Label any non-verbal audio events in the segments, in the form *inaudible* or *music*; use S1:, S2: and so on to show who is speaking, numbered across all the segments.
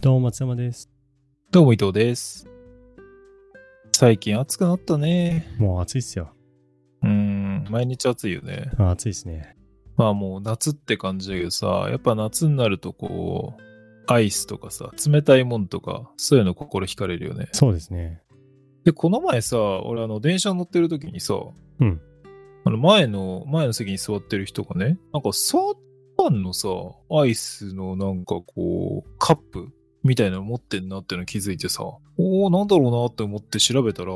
S1: どうも松山です。
S2: どうも伊藤です。最近暑くなったね。
S1: もう暑いっすよ。
S2: うーん、毎日暑いよね。
S1: あ暑いっすね。
S2: まあもう夏って感じだけどさ、やっぱ夏になるとこう、アイスとかさ、冷たいもんとか、そういうの心惹かれるよね。
S1: そうですね。
S2: で、この前さ、俺あの電車に乗ってる時にさ、
S1: うん
S2: あの前の、前の席に座ってる人がね、なんかサータンのさ、アイスのなんかこう、カップみたいなの持ってんなっていうの気づいてさ、おー、なんだろうなって思って調べたら、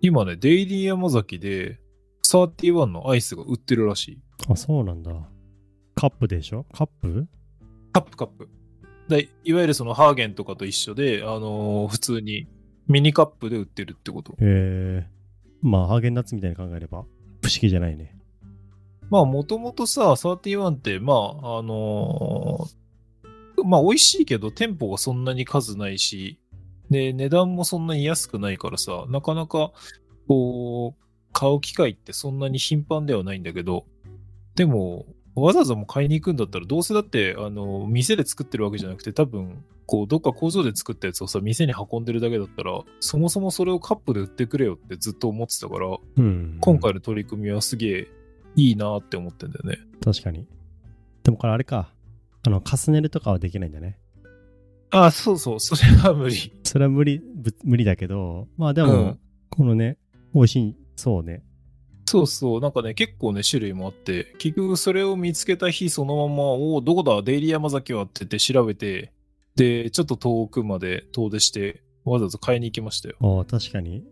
S2: 今ね、デイリー山崎で、サーティワンのアイスが売ってるらしい。
S1: あ、そうなんだ。カップでしょカップ
S2: カップカップ。でいわゆるそのハーゲンとかと一緒で、あのー普通にミニカップで売ってるってこと。
S1: えー、まあ、ハーゲンダッツみたいに考えれば、不思議じゃないね。
S2: まあ、もともとさ、31って、まあ、あのーまあ、美味しいけど、店舗がそんなに数ないし、で、値段もそんなに安くないからさ、なかなか、こう、買う機会ってそんなに頻繁ではないんだけど、でも、わざわざもう買いに行くんだったら、どうせだって、あの、店で作ってるわけじゃなくて、多分、こう、どっか工場で作ったやつをさ、店に運んでるだけだったら、そもそもそれをカップで売ってくれよってずっと思ってたから、
S1: うん。
S2: 今回の取り組みはすげえいいなって思ってんだよね。
S1: 確かに。でもこれあれか。あの、カスネルとかはできないんだね。
S2: あそうそう、それは無理。
S1: それは無理、ぶ無理だけど、まあでも、
S2: うん
S1: このね、美味しい、そうね。
S2: そうそう、なんかね、結構ね、種類もあって、結局それを見つけた日そのまま、おお、どこだ、デイリー山崎はって言って調べて、で、ちょっと遠くまで遠出して、わざわざ買いに行きましたよ。
S1: ああ、確か *laughs* に。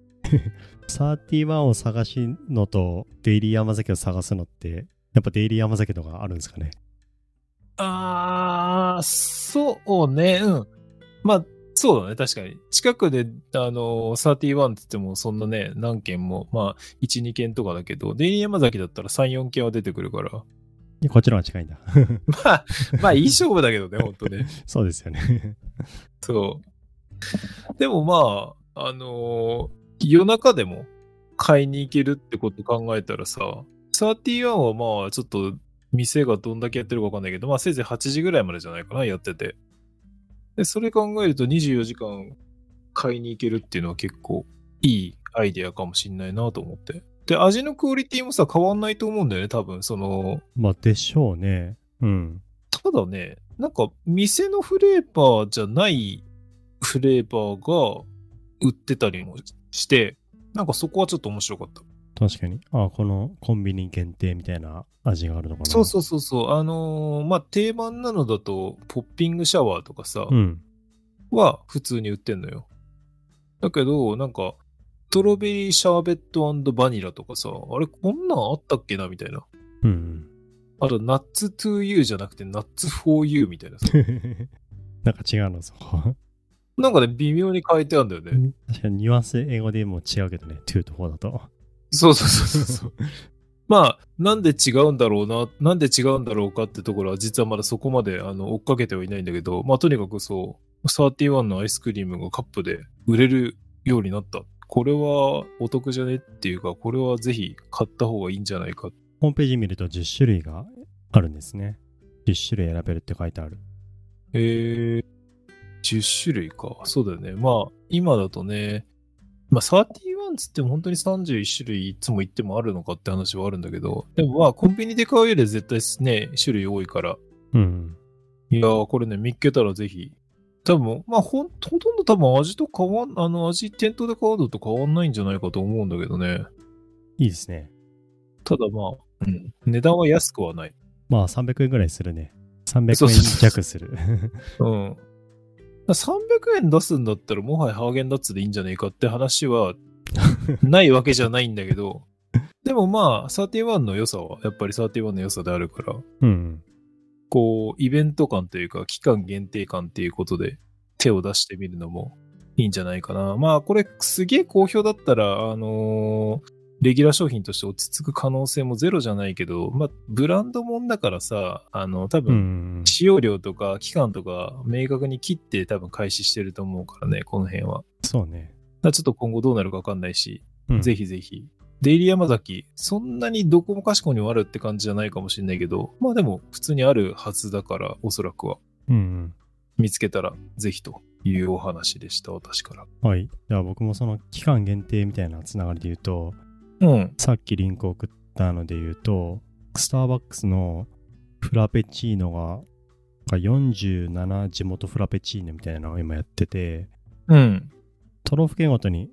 S1: 31を探しのと、デイリー山崎を探すのって、やっぱデイリー山崎のがあるんですかね。
S2: あー、そうね、うん。まあ、そうだね、確かに。近くで、あのー、31って言っても、そんなね、何軒も、まあ、1、2軒とかだけど、デイリー山崎だったら3、4軒は出てくるから。
S1: こっちの方が近いんだ。
S2: まあ、 *laughs* まあ、いい勝負だけどね、ほんとね。
S1: そうですよね。 *laughs*
S2: そう。でもまあ、あのー夜中でも買いに行けるってこと考えたらさ、31はまあ、ちょっと店がどんだけやってるかわかんないけど、まあ、せいぜい8時ぐらいまでじゃないかな、やってて。で、それ考えると24時間買いに行けるっていうのは結構いいアイデアかもしんないなと思って。で、味のクオリティもさ、変わんないと思うんだよね、多分。その、
S1: まあ、でしょうね。うん。
S2: ただね、なんか店のフレーバーじゃないフレーバーが売ってたりもして、なんかそこはちょっと面白かった。
S1: 確かに。あこのコンビニ限定みたいな味があるのかな。
S2: そうそうそうそう、あのーまあ、定番なのだと、ポッピングシャワーとかさ、
S1: うん。
S2: は普通に売ってんのよ。だけど、なんか、ストロベリーシャーベットバニラとかさ、あれ、こんなんあったっけなみたいな。
S1: うん。
S2: あと、ナッツトゥーユーじゃなくて、ナッツフォーユーみたいなさ。
S1: なん *laughs* か違うの、そこ。
S2: なんかね、微妙に変えてあるんだよね。
S1: 確かにニュアンス英語でも違うけどね、2と4だと。
S2: そうそうそうそうそう。まあ、なんで違うんだろうな、なんで違うんだろうかってところは、実はまだそこまであの追っかけてはいないんだけど、まあ、とにかくそう、31のアイスクリームがカップで売れるようになった。これはお得じゃねっていうか、これはぜひ買った方がいいんじゃないか。
S1: *laughs* ホームページ見ると10種類があるんですね。10種類選べるって書いてある。
S2: えー、10種類か。そうだよね。まあ、今だとね、まあ、31つっても本当に31種類いつも言ってもあるのかって話はあるんだけど、でもまあ、コンビニで買うよりは絶対ね、種類多いから、
S1: うん。
S2: いやー、これね、見っけたらぜひ。多分、まあほん、ほとんど多分味と変わん、あの、味、店頭で買うのと変わんないんじゃないかと思うんだけどね。
S1: いいですね。
S2: ただまあ、うん値段は安くはない。
S1: まあ、300円ぐらいするね。300
S2: そうそう
S1: 円
S2: そう
S1: 弱する。
S2: うん。300円出すんだったら、もはやハーゲンダッツでいいんじゃないかって話は、ないわけじゃないんだけど、でもまあ、31の良さは、やっぱり31の良さであるから、
S1: *laughs* うん。
S2: こう、イベント感というか、期間限定感っていうことで、手を出してみるのもいいんじゃないかな。まあ、これ、すげえ好評だったら、あのーレギュラー商品として落ち着く可能性もゼロじゃないけど、まあ、ブランドもんだからさ、あの、多
S1: う
S2: 分、
S1: ん。
S2: 使用量とか期間とか明確に切って多分開始してると思うからね、この辺は。だか
S1: そうね。
S2: らちょっと今後どうなるかわかんないし、
S1: うん
S2: ぜひぜひ。デイリー山崎、そんなにどこもかしこにもあるって感じじゃないかもしれないけど、まあでも普通にあるはずだから、おそらくは。
S1: うんうん。
S2: 見つけたらぜひというお話でした、私から。
S1: はい。では僕もその期間限定みたいなつながりで言うと、
S2: うん。
S1: さっきリンクを送ったので言うと、スターバックスのフラペチーノが、なんか47地元フラペチーノみたいなのを今やってて、
S2: うん。
S1: 都道府県ごとに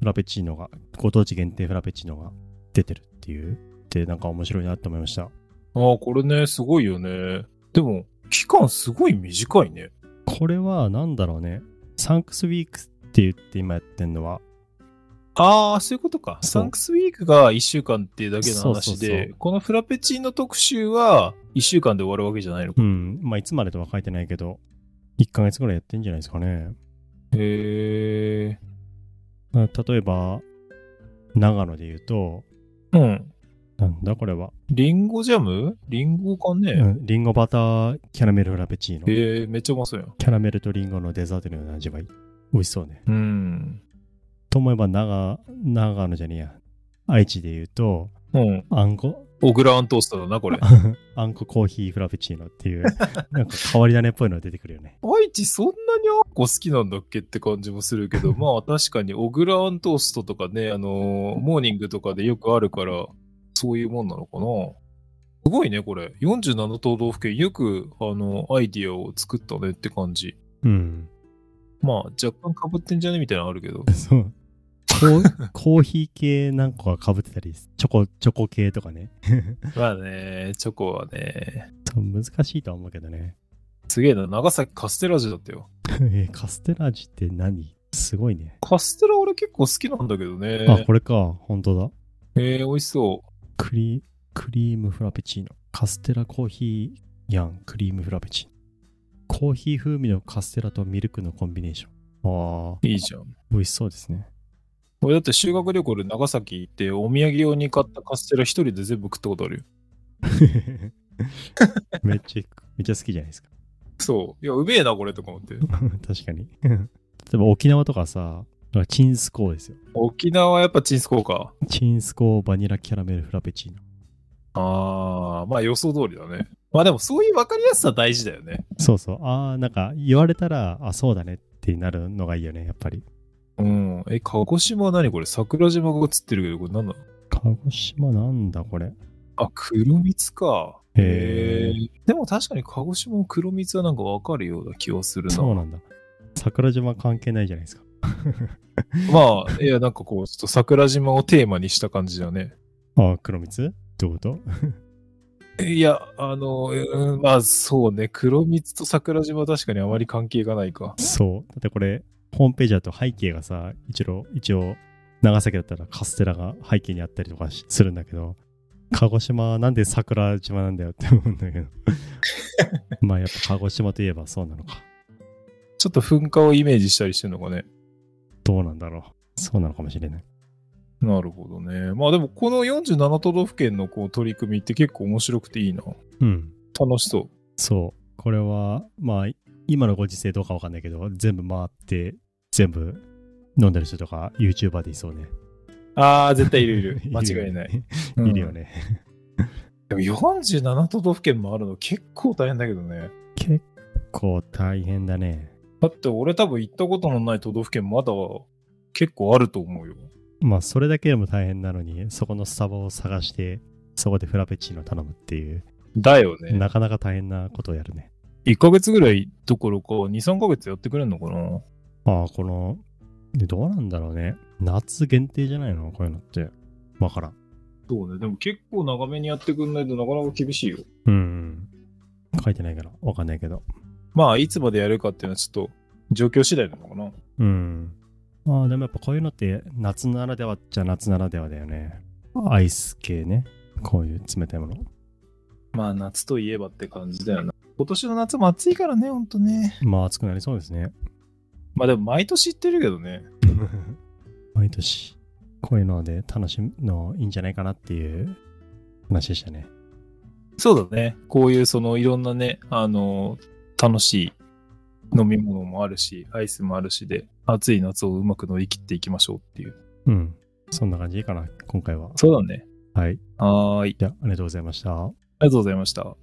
S1: フラペチーノが、ご当地限定フラペチーノが出てるっていう、で、なんか面白いなって思いました。
S2: ああ、これね、すごいよね。でも、期間すごい短いね。
S1: これはなんだろうね、サンクスウィークスって言って今やってんのは、
S2: ああ、そういうことか。
S1: そ
S2: サ
S1: う
S2: ンクスウィークが1週間ってだけの
S1: そう
S2: 話
S1: そうそう
S2: で、このフラペチーノ特集は1週間で終わるわけじゃないの
S1: う
S2: か。
S1: ん、まあいつまでとは書いてないけど、1ヶ月ぐらいやってんじゃないですかね。
S2: へえ。
S1: まあ例えば、長野で言うと、
S2: うん。
S1: なんだこれは、
S2: リンゴジャムリンゴか
S1: う
S2: ね、
S1: んリンゴバターキャラメルフラペチーノ。キ
S2: へえ、めっちゃうまそうやん。
S1: ャラメルとリンゴのデザートのような味わい。美味しそうね。
S2: うん。
S1: と思えば長、長野じゃねえや。愛知で言うと、
S2: うん。
S1: あんこ、
S2: オグラアントーストだな、
S1: *laughs*
S2: これ。
S1: あんこコーヒーフラペチーノっていう、なんか変わり種っぽいのが出てくるよね。
S2: 愛知そんなにあんこ好きなんだっけって感じもするけど、まあ確かにオグラアントーストとかね、あのーモーニングとかでよくあるから、そういうもんなのかな。すごいね、これ。47都道府県、よく、あの、アイディアを作ったねって感じ。
S1: うん。
S2: まあ、若干被ってんじゃねみたいなのあるけ
S1: *laughs*
S2: ど。
S1: そう。コー *laughs* コーヒー系なんかが被ってたり、チョコ、チョコ系とかね。
S2: まあね、チョコはね、
S1: そう難しいとは思うけどね。
S2: すげえな、長崎カステラ味だったよ。
S1: えーカステラ味って何すごいね。
S2: カステラ俺結構好きなんだけどね。
S1: あ、これか。本当だ。
S2: えー、美味しそう。
S1: クリクリームフラペチーノカステラコーヒーやんクリームフラペチーノコーヒー風味のカステラとミルクのコンビネーションああ
S2: いいじゃん。
S1: 美味しそうですね
S2: 俺だって修学旅行で長崎行ってお土産用に買ったカステラ一人で全部食ったことあるよ。
S1: めっちゃめっちゃ好きじゃないですか *laughs*
S2: そう。いや、うめえな、これとか思って。
S1: 確かに例えば沖縄とかさチンスコーですよ
S2: 沖縄はやっぱチンスコーか。
S1: チンスコーバニラキャラメルフラペチーノ
S2: あー、まあ予想通りだね。まあでもそういう分かりやすさ大事だよね。
S1: そうそうああなんか言われたらあそうだねってなるのがいいよねやっぱり
S2: うん。え、鹿児島は何これ桜島が映ってるけど、これ何なの
S1: 鹿児島なんだこれ
S2: あ、黒蜜か。
S1: へー
S2: へーでも確かに鹿児島も黒蜜はなんか分かるような気はするな。
S1: そうなんだ桜島関係ないじゃないですか
S2: まあ、いや、なんかこう、ちょっと桜島をテーマにした感じだね。
S1: あ、黒蜜ってこと
S2: いや、あの、うんまあそうね、黒蜜と桜島は確かにあまり関係がないか。
S1: そう。だってこれ、ホームページだと背景がさ、一応、一応、長崎だったらカステラが背景にあったりとかしするんだけど、鹿児島はなんで桜島なんだよって思うんだけど。まあやっぱ鹿児島といえばそうなのか。
S2: ちょっと噴火をイメージしたりしてるのかね。
S1: どうなんだろう。そうなのかもしれない。
S2: なるほどね。まあでも、この47都道府県のこう取り組みって結構面白くていいな。
S1: うん。
S2: 楽しそう。
S1: そう。これは、まあ、今のご時世どうかわかんないけど、全部回って、全部飲んでる人とか YouTuber でいそうね。。
S2: ああ、絶対いるいる
S1: *laughs*
S2: *laughs* 間違いない。。
S1: いるよ
S2: ね。
S1: ね。
S2: でも47都道府県もあるの結構大変だけどね。
S1: 結構大変だね。
S2: だって俺多分行ったことのない都道府県まだ結構あると思うよ。
S1: まあそれだけでも大変なのにそこのスタバを探してそこでフラペチーノ頼むっていう、
S2: だよね。
S1: なかなか大変なことをやるね
S2: 1ヶ月ぐらいどころか、2、3ヶ月やってくれんのかな
S1: ああこのでどうなんだろうね夏限定じゃないのこういうのってわからん
S2: そうね。でも結構長めにやってくんないとなかなか厳しいよ。
S1: うん書いてないからわかんないけど
S2: まあ、いつまでやるかっていうのはちょっと状況次第なのかな。
S1: うんまあでもやっぱこういうのって夏ならではっちゃ夏ならではだよねアイス系ねこういう冷たいもの
S2: まあ、夏といえばって感じだよな。今年の夏も暑いからね、ほんとね。
S1: まあ暑くなりそうですね
S2: まあでも毎年行ってるけどね。
S1: 毎年こういうので楽しむのいいんじゃないかなっていう話でしたね
S2: そうだね。こういうそのいろんなね、あの、楽しい飲み物もあるし、アイスもあるしで、暑い夏をうまく乗り切っていきましょうっていう。
S1: うん。そんな感じかな、今回は。
S2: そうだね。
S1: はい。
S2: はーい。
S1: じゃあ、ありがとうございました。
S2: ありがとうございました。